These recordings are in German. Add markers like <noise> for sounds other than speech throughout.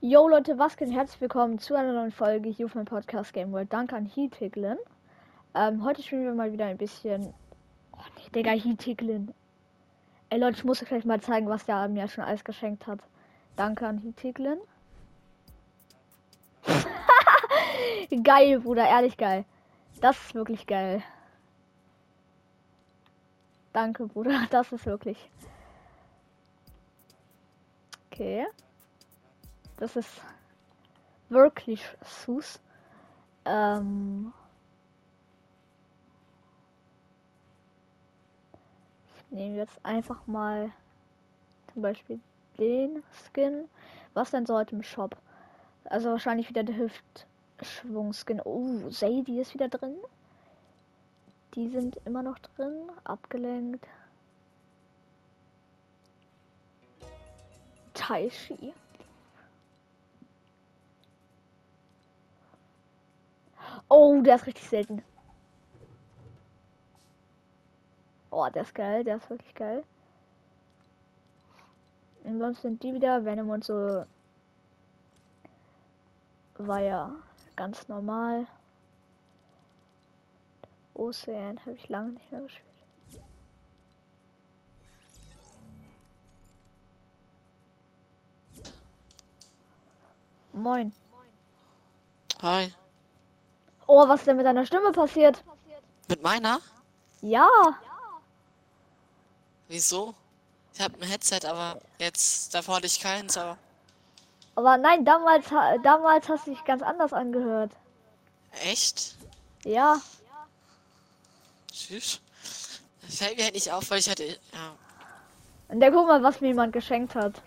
Yo Leute, was geht? Herzlich willkommen zu einer neuen Folge hier auf meinem Podcast Game World. Danke an Heatiglin. Ähm, heute spielen wir mal wieder ein bisschen. Oh nee, Digga, Heatiglin. Ey Leute, ich muss euch gleich mal zeigen, was der mir schon alles geschenkt hat. Danke an Heatiglin. <laughs> geil, Bruder, ehrlich geil. Das ist wirklich geil. Danke, Bruder, <laughs> das ist wirklich. Okay. Das ist wirklich süß. Ähm ich nehme jetzt einfach mal zum Beispiel den Skin. Was denn so heute im Shop? Also wahrscheinlich wieder der Hüftschwung-Skin. Oh, Sadie ist wieder drin. Die sind immer noch drin. Abgelenkt. Taishi. Oh, der ist richtig selten. Oh, der ist geil, der ist wirklich geil. Und sonst sind die wieder Venom und so. War ja ganz normal. Ozean habe ich lange nicht mehr gespielt. Moin. Hi. Oh, was ist denn mit deiner Stimme passiert? Mit meiner? Ja. Wieso? Ich hab ein Headset, aber jetzt, davor hatte ich keins, aber. Aber nein, damals, ha- damals hast du dich ganz anders angehört. Echt? Ja. Tschüss. Fällt mir halt nicht auf, weil ich hatte. Ja. Und der guck mal, was mir jemand geschenkt hat.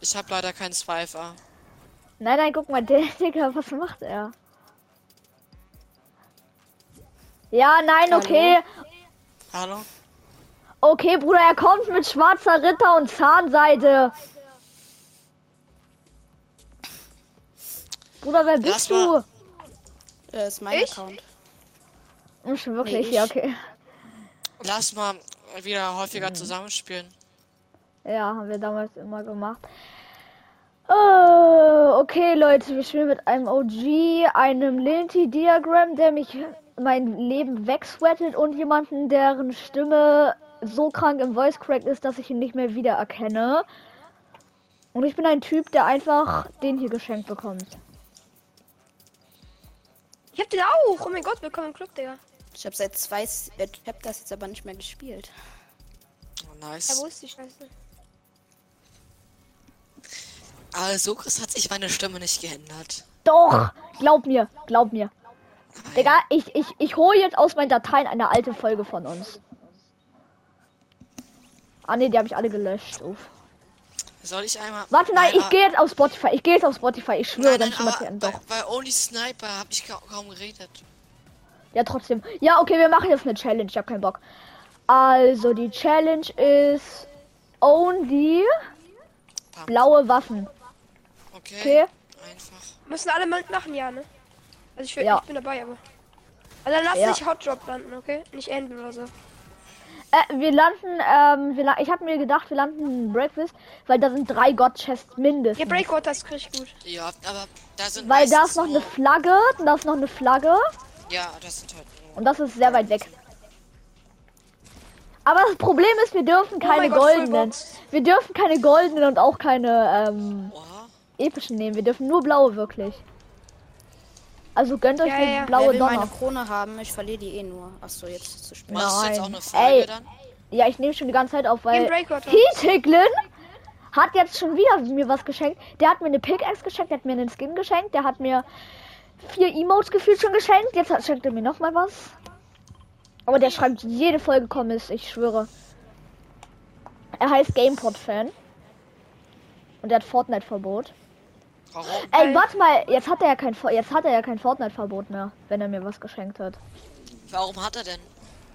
Ich hab leider keinen Zweifer. Nein, nein, guck mal, der <laughs> Digga, was macht er? Ja, nein, okay. Hallo? Okay, Bruder, er kommt mit schwarzer Ritter und Zahnseide. Bruder, wer Lass bist du? mal. Das Äh, ist mein Account. Ich wirklich, Nee, ja, ich- okay. Lass mal wieder Mhm. häufiger zusammenspielen. Ja, haben wir damals immer gemacht. Oh, okay, Leute, wir spielen mit einem OG, einem Linty Diagram, der mich mein Leben wegsweatet und jemanden, deren Stimme so krank im Voice Crack ist, dass ich ihn nicht mehr wiedererkenne. Und ich bin ein Typ, der einfach den hier geschenkt bekommt. Ich hab den auch. Oh mein Gott, willkommen im Club, Digga. Ich habe seit zwei, S- äh, ich hab das jetzt aber nicht mehr gespielt. Oh, Ja, nice. wo ist die Scheiße? Also, Chris hat sich meine Stimme nicht geändert. Doch, glaub mir, glaub mir. Digga, ich, ich, ich hole jetzt aus meinen Dateien eine alte Folge von uns. Ah ne, die habe ich alle gelöscht. Uff. Soll ich einmal. Warte, nein, ich ah- gehe jetzt auf Spotify. Ich gehe jetzt auf Spotify. Ich schwöre, Nein, dann nein, schon was hier aber an. Doch. bei, bei Only Sniper hab ich ka kaum geredet. Ja, trotzdem. Ja, okay, wir machen jetzt eine Challenge. Ich habe keinen Bock. Also, die Challenge ist only Pam. blaue Waffen. Okay. Okay? Einfach. Müssen alle mitmachen, ja, ne? Also ich, will, Ja. ich bin dabei, aber. Also dann lass Ja. nicht Hot Drop landen, okay? Nicht Enden oder so. Äh, wir landen, ähm, wir la ich habe mir gedacht, wir landen in Breakfast, weil da sind drei God-Chests mindestens. Ja, Breakwater ist richtig gut. Ja, aber da sind. Weil da meistens ist noch eine nur- Flagge, da ist noch eine Flagge Ja, das sind halt nur. und das ist sehr weit weg. Aber das Problem ist, wir dürfen keine Oh mein Gott, goldenen. Fullbox. Wir dürfen keine goldenen und auch keine ähm, Oha. epischen nehmen. Wir dürfen nur blaue wirklich. Also gönnt euch Ja, die ja, ja. Wer blaue will Donner. meine Krone haben? Ich verliere die eh nur. Ach so, jetzt ist es zu spät. Na. Machst du jetzt auch Nein. eine Folge Ey. dann? Ja, ich nehme schon die ganze Zeit auf, Im weil Breakwater. Hietiglin hat jetzt schon wieder mir was geschenkt. Der hat mir eine Pickaxe geschenkt, der hat mir einen Skin geschenkt, der hat mir vier Emotes gefühlt schon geschenkt. Jetzt hat, schenkt er mir nochmal was. Aber der schreibt jede Folge Kommis, ich schwöre. Er heißt GamePod-Fan. Und er hat Fortnite-Verbot. Warum? Ey, Geil. warte mal, jetzt hat er ja kein, For- jetzt hat er ja kein Fortnite-Verbot mehr, wenn er mir was geschenkt hat. Warum hat er denn?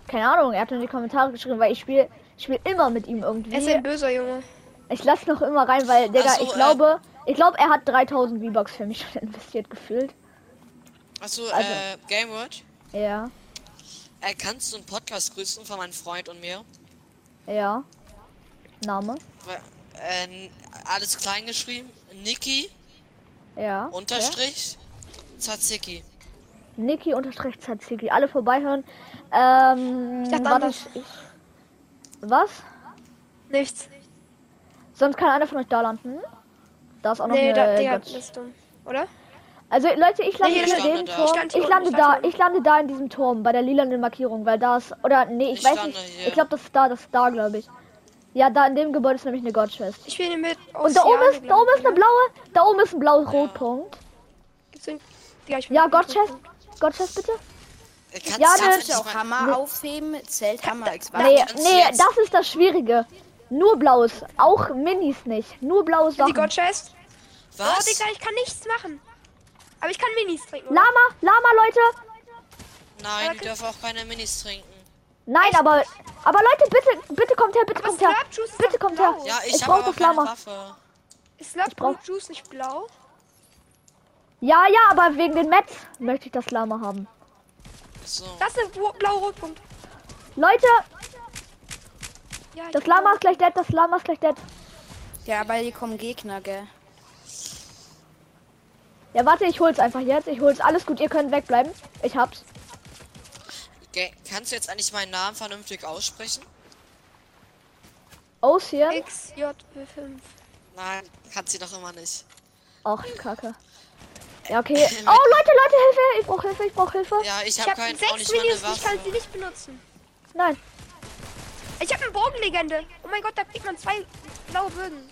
Keine Ahnung, er hat in die Kommentare geschrieben, weil ich spiele spiel immer mit ihm irgendwie. Er ist ein böser Junge. Ich lass noch immer rein, weil, Digga, Ach so, ich äh, glaube, ich glaube, er hat 3000 V-Bucks für mich <laughs> schon investiert gefühlt. Achso, Also. äh, Gameword. Ja, Äh, kannst du einen Podcast grüßen von meinem Freund und mir? ja. Name. Äh, alles klein geschrieben. Niki Ja. unterstrich Tzatziki. Ja. Niki unterstrich Tzatziki. Alle vorbeihören. Ähm, Ich dachte warte, anders. ich- Was? Nichts. Sonst kann einer von euch da landen. Da ist auch noch eine Nee, da, der Götz- ist dumm. Oder? Also Leute, ich lande Nee, in ich lande dem da. Turm. Ich stand hier Ich unten, lande ich stand da, hier unten. ich lande da in diesem Turm bei der lilanen Markierung, weil da ist oder nee, ich, Ich weiß lande nicht. hier. Ich glaube, das ist da, das ist da, glaube ich. Ja, da in dem Gebäude ist nämlich eine Gottschwester. Ich bin mit. Und da oben Ozeane, ist, da glaub oben ich, ist eine ne? blaue, da oben ist ein blauer Rotpunkt. Gibt's irgend- Digga, ich bin Ja, mit Gold Gottschwest, Gottschwest bitte. Äh, Kannst Ja, das du Kannst tatsächlich du auch mal- Hammer aufheben? Zählt Hammer als Waffe? Nee, kannst du nee, jetzt- das ist das Schwierige. Nur blaues, auch Minis nicht. Nur blaues Die Sachen. Gottschwest? Oh, Was? Digga, ich kann nichts machen. Aber ich kann Minis trinken. oder? Lama, Lama, Leute. Nein, die dürfen auch keine Minis trinken. Nein, aber, aber Leute, bitte, bitte kommt her, bitte Aber kommt her. Slurpjuice ist Bitte doch kommt her. blau. Ja, ich, Ich hab brauch habe aber das keine Lama. Waffe. Ist Slurp brauch- Fruit Juice nicht blau? Ja, ja, aber wegen den Mets möchte ich das Lama haben. So. Das ist blau-rot-Punkt. Leute, Ja, ich das hab Lama ist gleich dead, das Lama ist gleich dead. Ja, aber hier kommen Gegner, gell? Ja, warte, ich hol's einfach jetzt. Ich hol's. Alles gut, ihr könnt wegbleiben. Ich hab's. Ge kannst du jetzt eigentlich meinen Namen vernünftig aussprechen? Ocean. XJ5. Nein, kannst sie doch immer nicht. Ach, Kacke. Ja, okay. Oh, Leute, Leute, Hilfe! Ich brauch Hilfe, ich brauch Hilfe. Ja, ich Ich habe hab keinen, auch sechs nicht meine Minis, ich kann sie Waffe. nicht benutzen. Nein. Ich hab eine Bogenlegende. Oh mein Gott, da kriegt man zwei blaue Bögen.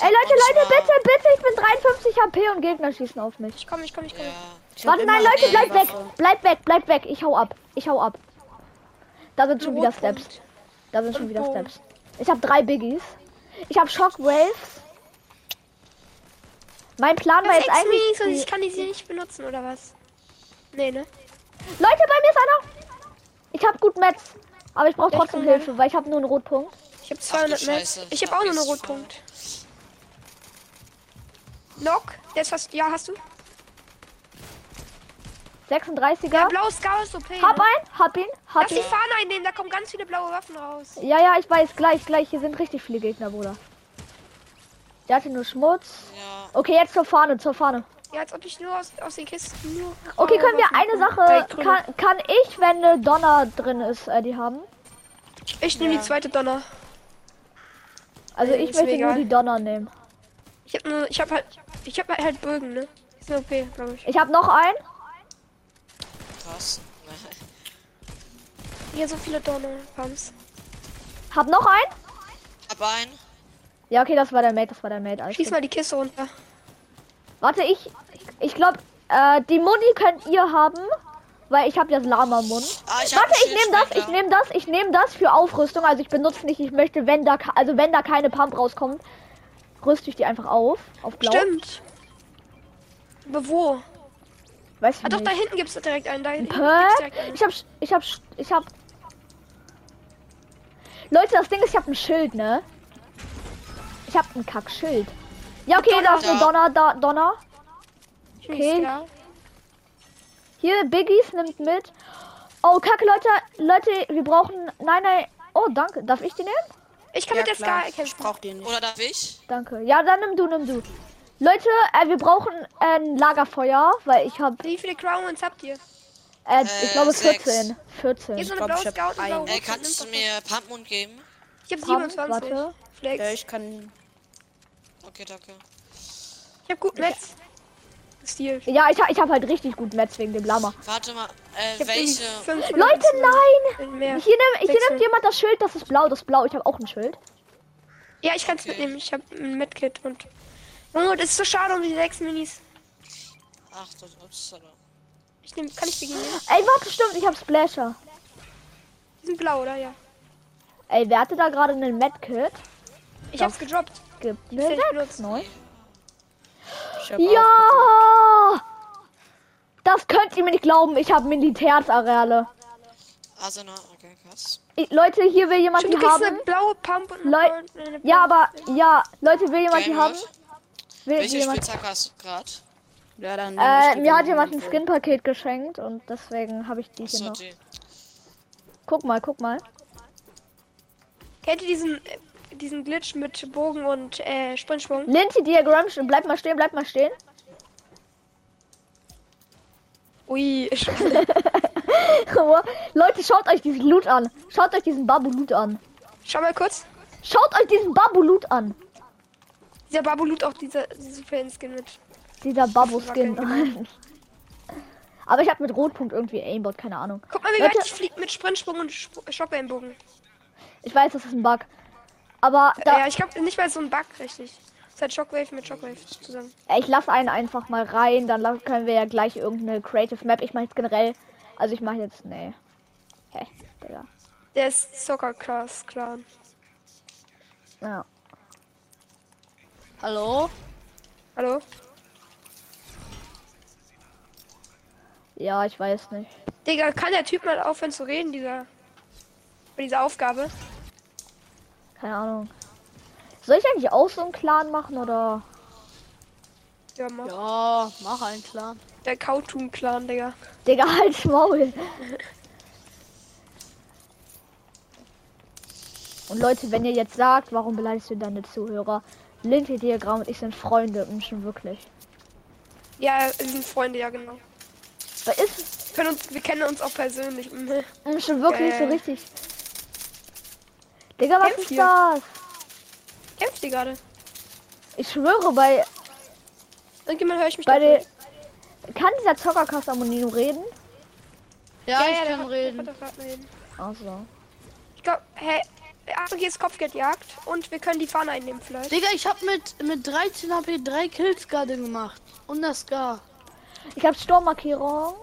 Ey, Leute, Leute, manchmal- bitte, bitte. Ich bin 53 HP und Gegner schießen auf mich. Ich komm, ich komm, ich komm. Ja. Ich hab Warte, nein, immer Leute, eine bleibt Waffe. weg. Bleibt weg, bleibt weg. Ich hau ab. Ich hau ab. Da sind schon wieder Rotpunkt. Steps. Da sind schon Und wieder Bogen. Steps. Ich habe drei Biggies. Ich habe Shockwaves. Mein Plan Ich war hab jetzt sechs Minis und eigentlich. ich kann die sie nicht benutzen, oder was? Nee, ne? Leute, bei mir ist einer. Ich habe gut Metz. Aber ich brauche Ja, ich trotzdem komm rein. Hilfe, weil ich habe nur einen Rotpunkt. Ich hab 200 mehr. Scheiße. Ich hab auch nur einen Ist voll. Rotpunkt. Knock, der ist fast. Ja, hast du? 36er. Blau Scar ist OP. ne? Hab einen, hab ihn, hab Lass die ihn. Fahne einnehmen, da kommen ganz viele blaue Waffen raus. Ja, ja, ich weiß, gleich, gleich. Hier sind richtig viele Gegner, Bruder. Der hatte nur Schmutz. Ja. Okay, jetzt zur Fahne, zur Fahne. Ja, als ob ich nur aus, aus den Kisten nur. Okay, blaue können wir Waffen eine bekomme. Da Sache. die grüne. Kann, kann ich, wenn eine Donner drin ist, äh, die haben? ich nehme die zweite Donner. Also Äh, ich ist mir möchte nur egal. die Donner nehmen. Ich hab nur. Ich hab halt. Ich hab halt Bögen, ne? Ist eine OP, glaube ich. Ich habe noch einen. Krass. <laughs> Nein. Hier so viele Donner. Pumps. Hab noch einen. Hab einen. Ja, okay, das war der Mate, das war der Mate. Alles Schieß gut. mal die Kiste runter. Warte, ich. Ich glaube, äh, die Muni könnt ihr haben. Weil ich habe ja Lama-Mund. Ah, ich hab Warte, einen ich nehme das, ich Schildschwenker. nehme das, ich nehme das für Aufrüstung. Also ich benutze nicht, ich möchte, wenn da, ke- also wenn da keine Pump rauskommt, rüste ich die einfach auf. Auf blau. Stimmt. Aber wo? Weiß ich Ah, doch, da nicht. hinten gibt's direkt einen. Da hinten gibt's Purp? direkt einen. Ich hab, Sch- ich hab, Sch- ich hab. Leute, das Ding ist, ich hab ein Schild, ne? Ich hab ein Kackschild. Ja, okay, da ist eine Donner, da, Donner. Ich okay. nehm's, ja. Hier, Biggies nimmt mit. Oh, Kacke, Leute, Leute, wir brauchen. Nein, nein. Oh, danke. Darf ich die nehmen? Ich kann Ja, mit der klar. Scar Ich kämpfen. brauch den nicht. Oder darf ich? Danke. Ja, dann nimm du, nimm du. Leute, äh, wir brauchen äh, ein Lagerfeuer, weil ich hab, Wie viele Crowns habt ihr? äh, ich Äh, glaube sechs. 14. 14. Hier ist so eine glaub, blaue ich hab Scout und einen. blaue Äh, Rotpunkt. Nimm's kannst du doch mir Pumpmund geben? Ich hab Komm, 27. warte. Flex. Ja, ich kann. Okay, danke. Ich hab gut Metz. Stil. Ja, ich, ha- ich hab halt richtig gut Metz wegen dem Lama. Warte mal. Äh, Ich hab welche? irgendwie fünf oder Leute, sechs nein! Minuten Mehr. Hier, nehm, hier Wechsel. nimmt jemand das Schild, das ist blau, das ist blau. Ich habe auch ein Schild. Ja, ich kann's mitnehmen. Ich hab ein Medkit und. Oh, das ist so schade um die sechs Minis. Ach, das ups, oder? Ich nehm, kann ich die nehmen? Ey, warte, stimmt, ich habe Splasher. Die sind blau, oder? Ja. Ey, wer hatte da gerade einen Medkit? Ich hab's gedroppt. Gibt hab mir ich sechs, benutzt. neun. Ich hab auch- Ja! Das könnt ihr mir nicht glauben, ich habe Militärsareale. Also, na, okay, krass. Ich- Leute, hier will jemand Stimmt, du die kriegst haben. eine blaue Pump und eine Leu- blaue- eine Ja, blaue- aber, ja, Leute, will jemand die Game haben? Mode? Will, will Welche jemand. Spitzhacke hast du gerade? Ja, dann nehm ich Äh, die, mir wenn hat du jemand ein nicht Skin-Paket geschenkt und deswegen habe ich die hier Achso, noch. die. Guck mal, guck mal. Kennt ihr diesen äh, diesen Glitch mit Bogen und äh, Sprintschwung. Lindsay Diagramm, bleib mal stehen, bleib mal stehen. <laughs> <laughs> Ui, ich- Leute, schaut euch diesen Loot an. Schaut euch diesen Babu-Loot an. schau mal kurz. Schaut euch diesen Babu-Loot an. Dieser Babu loot auch diese, diese Skin mit. Dieser Babu-Skin. <laughs> Aber ich habe mit Rotpunkt irgendwie Aimbot, keine Ahnung. Guck mal, wie Leute- weit ich fliege mit Sprintsprung und Sp- Shockwellenbogen. Ich weiß, das ist ein Bug. Aber da, Ja, ich glaube nicht mal so ein Bug, richtig. Das ist halt Shockwave mit Shockwave zusammen. Ey, Ich lasse einen einfach mal rein, dann la- können wir ja gleich irgendeine Creative Map. Ich mache jetzt generell. Also ich mache jetzt. Nee. Hä? Digga. Der ist Soccer Class Clan. Ja. Hallo? Hallo? ja, ich weiß nicht. Digga, kann der Typ mal aufhören zu reden, dieser. Bei dieser Aufgabe? Keine Ahnung. Soll ich eigentlich auch so einen Clan machen oder? Ja, mach. Ja, mach einen klar. Der Kautum-Clan, Digga. Digga, <laughs> halt Maul. Und Leute, wenn ihr jetzt sagt, warum beleidigst du deine Zuhörer? Linke Diagramm und ich sind Freunde, Menschen wirklich. Ja, äh, wir sind Freunde, ja genau. Weil ist Wir, können uns, wir kennen uns auch persönlich. Mhm. Menschen wirklich so Äh. richtig. Digga, was Kämpf ist hier. das? Kämpft die gerade? Ich schwöre, bei, Irgendjemand höre ich mich bei doppelt. der. Kann dieser Zockerkast Amonino reden? Ja, ich der kann hat- der reden. hat doch grad reden. Also. Ich glaube, hä? Achtung, hier ist Kopfgeldjagd und wir können die Fahne einnehmen vielleicht. Digga, ich hab mit, mit 13 hab ich drei Kills gerade gemacht. Und das Gar. Ich habe Sturmmarkierung.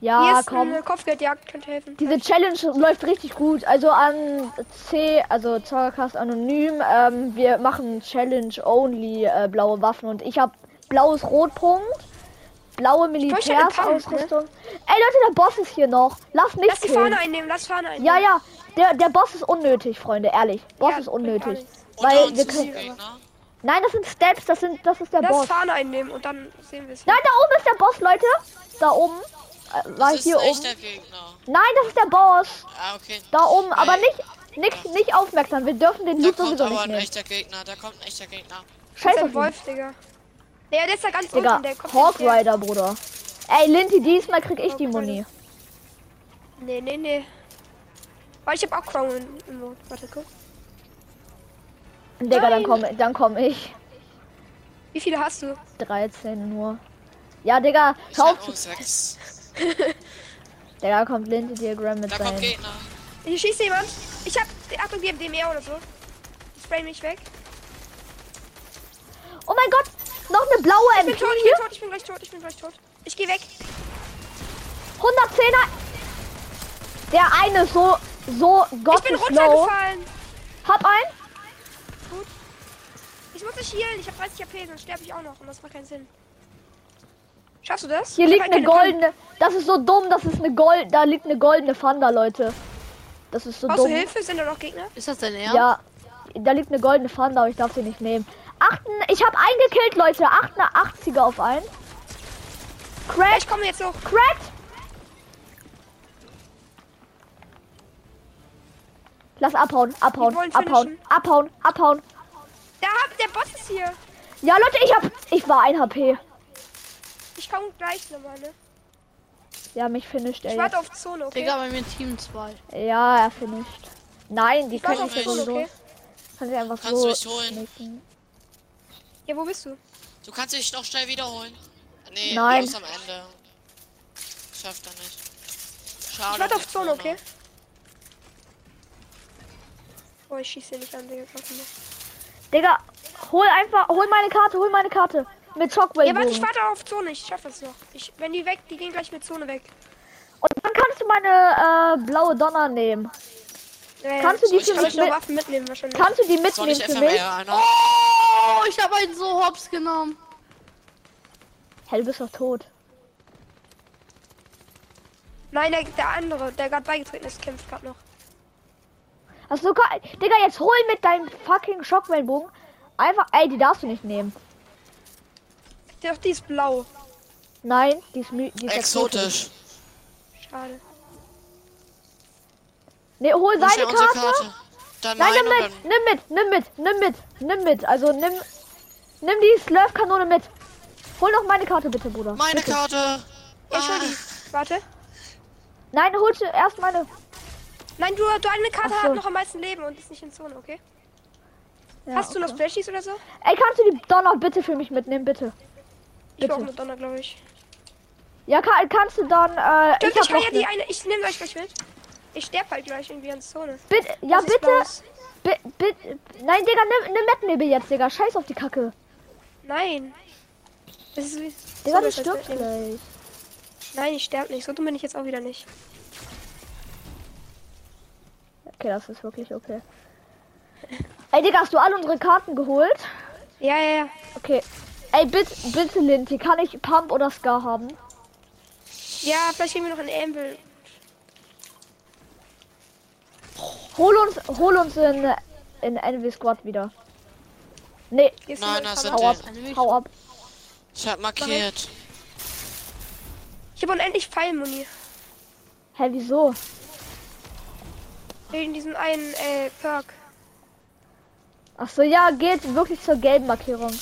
hier Ja, ist komm. eine Kopfgeldjagd, könnte helfen. Diese Challenge läuft richtig gut. Also an C, also Zockercast anonym. Ähm, wir machen Challenge only äh, blaue Waffen und ich habe blaues Rotpunkt, blaue bräuchte eine ne? Militärsausrüstung. Ey Leute, der Boss ist hier noch. Lass mich Lass die killen. Fahne einnehmen, lass Fahne einnehmen. Ja, ja. Der, der Boss ist unnötig, Freunde, ehrlich. Boss Ja, ist bringt gar unnötig. nichts. Weil wir ist können, ein Gegner. Nein, das sind Steps, das sind das ist der Lass Boss. Fahne einnehmen und dann sehen wir es. Nein, da oben ist der Boss, Leute. Da oben. Äh, war Das ich ist hier nicht oben. der Gegner. Nein, das ist der Boss. Ah, okay. Da oben, aber Nein. nicht nicht nicht aufmerksam. Wir dürfen den Da Loot kommt sowieso aber nicht ein nehmen. echter Gegner. Da kommt ein echter Gegner. Scheiß Das auf ihn. ist ein Wolf, Digga. Ja, der ist da ganz Digga, unten, der kommt Hawk nicht her. Rider, Bruder. Ey, Linty, diesmal krieg ich die Hawk Muni. Nee, nee, nee. Weil ich hab auch Crown im- im Mund. Warte, guck. Digga, dann Nein. komm, dann komm ich. Wie viele hast du? 13 nur. Ja, Digga, Ich schau hab auf. nur sechs. Digga, kommt Linty Diagramm mit Da kommt seinen. Gegner. Hier schießt jemand. Ich hab. Achtung, die haben DMR oder so. Die sprayen mich weg. Oh mein Gott, noch eine blaue Ich bin MP tot, ich hier. bin tot, ich bin gleich tot, ich bin gleich tot. Ich geh weg. 110er. Der eine ist so, so Ich bin gottlos low. runtergefallen. Hab einen. Ich muss mich healen. Ich hab 30 AP, sonst sterbe ich auch noch. Und das macht keinen Sinn. Schaffst du das? Hier Ich liegt hab halt eine keine Pump. goldene. Das ist so dumm. Das ist eine gold. Da liegt eine goldene Thunder, Leute. Das ist so Brauchst du dumm. Hilfe? Sind da noch Gegner? Ist das dein Ernst? Ja. Da liegt eine goldene Thunder, aber ich darf sie nicht nehmen. Achten, ich habe eingekillt, Leute. Achten 80er auf einen. Ja, Crack, ich komme jetzt hoch. crack. Lass abhauen, abhauen, Die wollen abhauen, finishen. abhauen, abhauen. Da hab der Boss ist hier. Ja, Leute, ich hab, ich war ein HP. Ich komme gleich nochmal, ne? Ja, mich finisht er Ich jetzt. warte auf Zone, okay? Digga, bei mir Team 2. Ja, er finisht. Nein, die ich warte können auf ich ja nicht. Zone, sowieso. okay? Kann sie einfach Kannst so du mich holen? knicken. Ja, wo bist du? Du kannst dich noch schnell wiederholen. Nee, Nein. Nein. am Ende. Schafft er nicht. Schade. Ich warte auf für Zone, okay? Boah, Oh, ich schieße nicht an, Digga. Warte mal. Digga, hol einfach, hol meine Karte, hol meine Karte. Mit Shockwave. Ja, warte, ich warte auf Zone. Ich schaffe es noch. Ich, wenn die weg, die gehen gleich mit Zone weg. Und dann kannst du meine äh, blaue Donner nehmen. Äh, Kannst du die ich für kann mich noch mit- Waffen mitnehmen wahrscheinlich. Kannst du die Soll mitnehmen ich für mich? FMR einer? Oh, ich habe einen so hops genommen. Hell, du bist doch tot. Nein, der, der andere, der gerade beigetreten ist, kämpft gerade noch. Hast du ka- Digga, jetzt hol mit deinem fucking Shockwave-Bogen. Einfach, ey, die darfst du nicht nehmen. Der, die ist blau. Nein, die ist, mü- die ist exotisch. Exotisch. Schade. Nee, hol Wo ist seine denn unsere Karte. Karte? Dann Nein, nein, oh nimm und mit, dann. nimm mit, nimm mit, nimm mit, nimm mit. Also nimm, nimm die Slurf-Kanone mit. Hol noch meine Karte bitte, Bruder. Meine bitte. Karte! Ja, ich hol Ah. die. Warte. Nein, hol zuerst meine. Nein, du, du eine Karte Ach so. hat noch am meisten Leben und ist nicht in Zone, okay? Ja, Hast du noch okay. Flashies oder so? Ey, kannst du die Donner bitte für mich mitnehmen, bitte? Ich brauche Bitte. nur Donner, glaube ich. Ja, kann, kannst du dann. Äh, Stimmt, hab ich, kann noch ja die ne- eine. Ich nehme euch gleich mit. Ich sterb halt gleich irgendwie in Zone. Bitte, ja, Das ist bitte. raus. Bi, bi, nein, Digga, nimm, nimm Mettnebel jetzt, Digga. Scheiß auf die Kacke. Nein. Das ist wie. Digga, so, du das heißt, stirbst wir nehmen- gleich. Nein, ich sterb nicht. So dumm bin ich jetzt auch wieder nicht. Okay, das ist wirklich okay. Ey, Digga, hast du alle unsere Karten geholt? Ja, ja, ja. Okay. Ey, bitte, bitte, Linti, kann ich Pump oder Scar haben? Ja, vielleicht gehen wir noch in Amble. Hol uns, hol uns in, in NW Squad wieder. Nee, Hier ist Nein, jemand das sind dran. hau ab, die. hau ab. Ah, Ich hab markiert. Ich habe unendlich Pfeilmuni. Hä, wieso? Wegen diesem einen äh, Perk. Ach so, ja, geht wirklich zur gelben Markierung.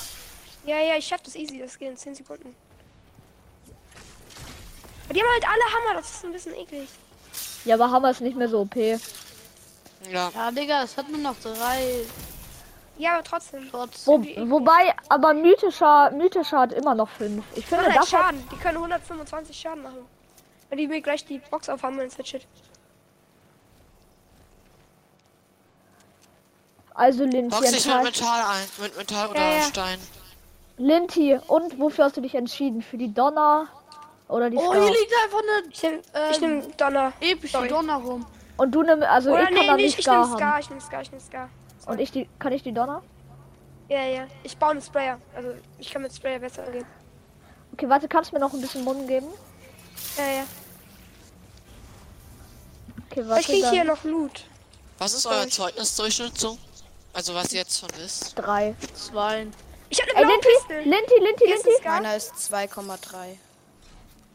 Ja, ja, ich schaff das easy. Das geht in 10 Sekunden. Aber Die haben halt alle Hammer. Das ist ein bisschen eklig. Ja, aber Hammer ist nicht mehr so OP. Ja. Ja, Ah, Digga, es hat nur noch drei Ja, aber trotzdem. Shots. Wo, wobei, aber mythischer, mythischer hat immer noch fünf. Ich Die finde, machen halt das hat, Schaden. Die können 125 Schaden machen. Wenn die mir gleich die Box aufhammeln, ist das shit. also Linti, Box dich mit entscheid- Metall ein. Mit Metall oder Ja, ja. Stein. Linti, und wofür hast du dich entschieden? Für die Donner oder die Oh, Scar? hier liegt einfach eine Ich nehm, Ähm, ich nehm Donner. epische Sorry. Donner rum. und du nimm, also Oder ich kann da nee, nicht nicht. Ich nehm Scar haben. Scar. Ich nehm Scar. Ich nehm Scar. Und ich die, kann ich die Donner? Ja, ja. Ich baue einen Sprayer. Also, ich kann mit Sprayer besser umgehen. Okay, warte, kannst du mir noch ein bisschen Munden geben? Ja, ja. Okay, Vielleicht warte, krieg ich hier dann noch Loot. Was ist euer Zeugnisdurchschnitt so? Also was ihr jetzt schon wisst. drei. Zwei. Ich hab eine Ey, blaue Linti, Pistole. Linti, Linti, Hier ist Linti. ein Scar. Meiner ist 2,3.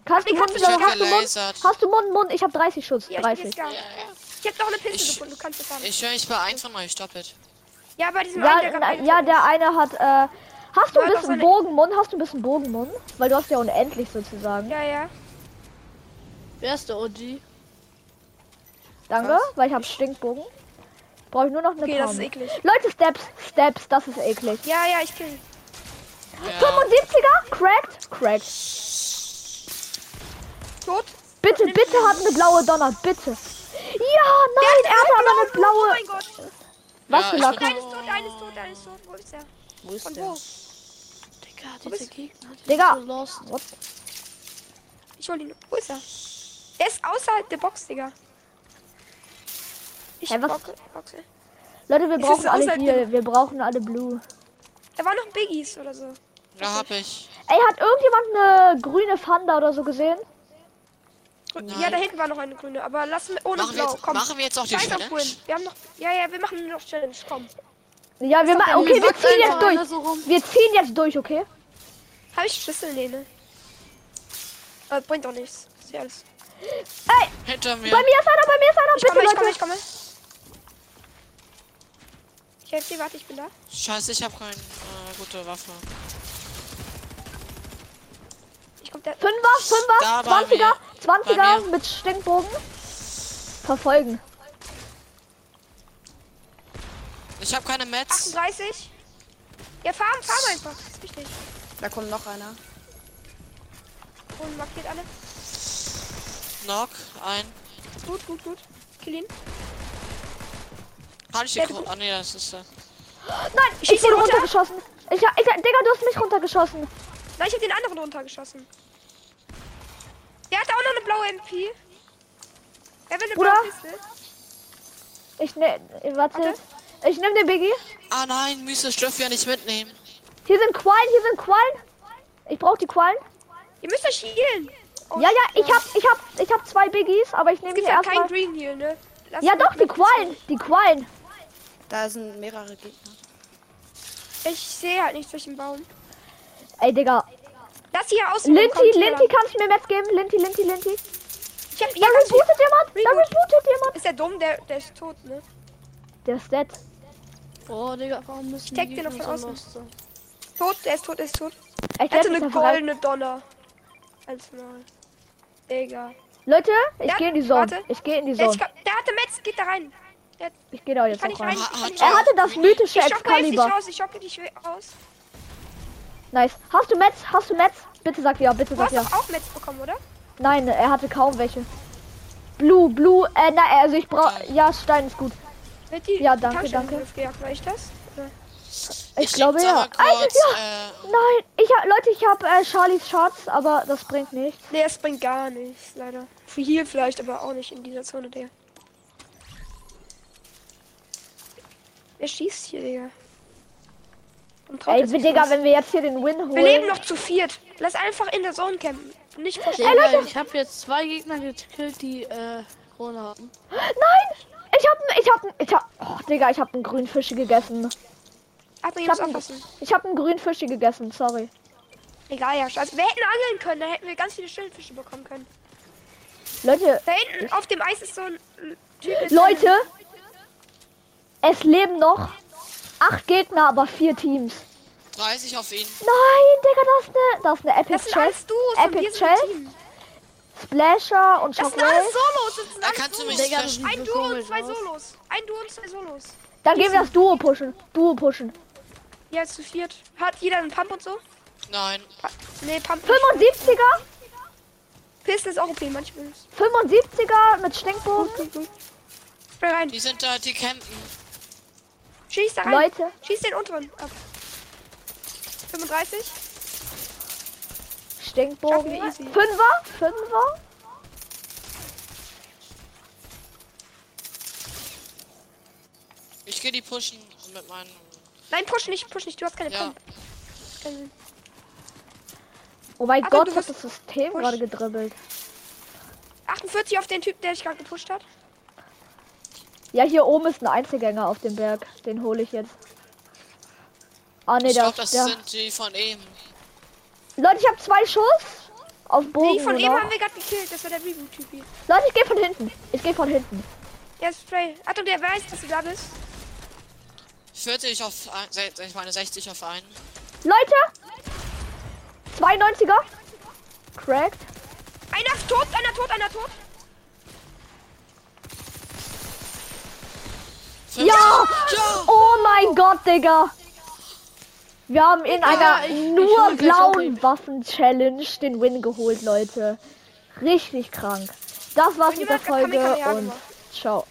Kannst du Munden, Ich hast werd du Munden? gelasert. Hast du Munden, Munden? Ich hab 30 Schutz, Ja, ich bin hier 30. Scar. Ich hab noch eine Pistole Ich- gefunden. Du kannst es haben. Ich höre, ich bei einem von euch doppelt. ja, bei diesem Ja, einen, der na, gerade ja, der eine hat, äh, hast du Du ein hast auch so bisschen eine- Bogenmund? Hast du ein bisschen Bogenmund? Weil du hast ja unendlich sozusagen. Ja, ja. Wer ist der OG? Danke, weil ich hab Stinkbogen. Brauche ich nur noch eine Okay, das ist Pump. eklig. Leute, Steps, Steps, das ist eklig. Ja, ja, ich kill. Ja. 75er, cracked, cracked. Tot? Bitte, bitte hat eine blaue Donner, bitte. Ja, nein, er hat aber eine Oh blaue. mein Gott. Was für Ja, ich Lack. Nein, ist tot, eines tot, eines tot. Wo ist er? Wo ist Von der? wo? Digga, diese Gegner. Die Digga. sind So lost. Ich hol ihn. Wo ist er? Er ist außerhalb der Box, Digga. Ich Hä, was? boxe, boxe. Leute, wir Ist brauchen es alle außerhalb hier, wir brauchen alle Blue. Da waren noch Biggies oder so. Da hab ich. Ey, hat irgendjemand eine grüne Fanda oder so gesehen? Ja, da hinten war noch eine grüne, aber lass mir ohne Machen wir Blau. jetzt, Komm. machen wir jetzt auch die Scheiß auf Challenge? Win. Wir haben noch. Ja, ja, wir machen noch Challenge. Komm. Ja, wir machen. Okay, wir Sagt ziehen einfach jetzt einer durch. So rum. Wir ziehen jetzt durch, okay? Habe ich Schlüssel? Nee, ne? Aber bringt doch nichts. Ist ja alles. Hinter mir. Bei mir ist einer, bei mir ist einer, Ich bitte, komme, ich komme, Leute. ich komme. Ich helfe dir, warte, ich bin da. Scheiße, ich hab keine äh, gute Waffe. Ich komme da. Fünfer, Da Fünfer, bei Zwanziger, mir. Bei Zwanziger mir. mit Stinkbogen. Verfolgen. Ich hab keine Metz. 38. Ja, fahren, fahren einfach. Das ist wichtig. Da kommt noch einer. Und markiert alle. Knock. Ein. Gut, gut, gut. Kill ihn. Hatte ich die Ja, du- Kro- Ah nee, das ist der. Nein, ich, Schieß wurde ihn runter. runtergeschossen. Ich, ich, Digga, du hast mich runtergeschossen. Nein, ich hab den anderen runtergeschossen. Der hat auch noch eine blaue MP. Er will eine Bruder? blaue Pistole. Ich ne, warte. Warte. Ich nehme den Biggie. Ah nein, Müsse dürfen wir nicht mitnehmen. Hier sind Quallen, hier sind Quallen. Ich brauche die Quallen. Ihr müsst euch healen. Oh, Ja, ja, ich hab, ich hab, ich hab zwei Biggies, aber ich nehme Es hier gibt ja kein erstmal. Green Heal, ne? Lass Ja, mal doch, die mit- Quallen, die Quallen. Da sind mehrere Gegner. Ich sehe halt nicht durch den Baum. Ey, Digga. Das hier aus Linti, Linti, kannst du mir Metz geben? Linti, Linti, Linti. Ich hab Da hier ganz viel. rebootet jemand, da Reboot. rebootet jemand. Ist der dumm? Der, der ist tot, ne? Der ist dead. Oh, Digga, warum müssen tag dir Gegner noch von so außen. lost sein? Tot, er ist tot, er ist tot. Ich Er hatte werd eine mich da verreisen. goldene Donner. Als mal. Egal. Leute, ich Ja, gehe in die Zone. warte. Ich gehe in die Ja, Zone. ich glaub, der hatte Metz, geht da rein. Der, Ich gehe da jetzt auch kann nicht rein. rein. Ha- Ich, ha- Er hatte das mythische ich schocke jetzt nicht Excalibur. raus, ich schocke dich aus. Nice. Hast du Metz? Hast du Metz? Bitte sag ja, bitte Du sag hast ja. doch auch Metz bekommen, oder? Nein, er hatte kaum welche. Blue, Blue, äh, na, also ich brauch. Ja, Stein ist gut. Wird die Ja, die danke, Tankstelle danke. hochgejagt, war ich das? Oder? Ich, schick's glaube ja. aber Alter, Kurz, ja. äh, Nein, ich hab, Leute, ich habe äh, Charlies Schatz, aber das bringt nichts. Nee, es bringt gar nichts, leider. Für hier vielleicht, aber auch nicht in dieser Zone, der. Er schießt hier, Digga. Und traut Ey, jetzt nicht Digga, los. wenn wir jetzt hier den Win holen. Wir leben noch zu viert. Lass einfach in der Zone campen. Nicht vor Digga, Ey, ich habe jetzt zwei Gegner gekillt, die äh, Krone hatten. Nein! Ich hab, ich hab, ich hab, oh, Digga, ich hab einen grünen Fisch gegessen. Adrian Ich hab, muss einen, aufpassen. ich hab einen grünen Fisch gegessen, sorry. Egal, ja, Schatz. Wir hätten angeln können, da hätten wir ganz viele Schildfische bekommen können. Leute, Da hinten auf dem Eis ist so ein äh, Typ. mit- Leute! Es leben Ah. noch acht Gegner, aber vier Teams. 30 auf ihn. Nein, Digga, das ist ne, das ist ne Epic Das sind alles Chest, Duos und Epic wir sind ein Chess? Team. Splasher und Das sind alles Shockwave. Solos. Das sind Da alles kannst du mich Duos. Digga, du flashen. siehst Ein so Duo und komisch zwei aus. Solos. Ein Duo und zwei Solos. Dann gehen wir das Duo pushen. Duo pushen. Ja, zu viert. Hat jeder einen Pump und so? Nein. Pa nee, Pump. 75er, Pisten ist auch okay manchmal. 75er mit Stinkbogen. Spray Rein. Die sind da, die campen. Schieß da rein. Leute, Schieß den unteren ab. 35. Stinkbogen. Schaffen wir easy. Fünfer, Fünfer. Ich gehe die pushen mit meinen. Nein, push nicht, push nicht. Du hast keine Ja. Pump. Keine- Oh mein Aber Gott, du hat bist das System push. gerade gedribbelt. 48 auf den Typ, der dich gerade gepusht hat. Ja, hier oben ist ein Einzelgänger auf dem Berg. Den hole ich jetzt. Ah ne, Ich der, glaube, das der. sind die von eben. Leute, ich habe zwei Schuss auf den Bogen. Die von eben genau. haben wir gerade gekillt. Das war der Reboot-Typ hier. Leute, ich gehe von hinten. Ich gehe von hinten. Ja, Spray. Achtung, der weiß, dass du da bist. 40 auf ein, se- ich meine 60 auf einen. Leute! 92er. Cracked. Einer ist tot, einer tot, einer tot. Ja! 50. Ja! Oh mein Gott, Digga! Wir haben in einer ich- ich nur hol gleich auch blauen den. Waffen-Challenge den Win geholt, Leute. Richtig krank. Das war's mit der Irgendjemand hat Folge Kamikaze und gemacht. ciao.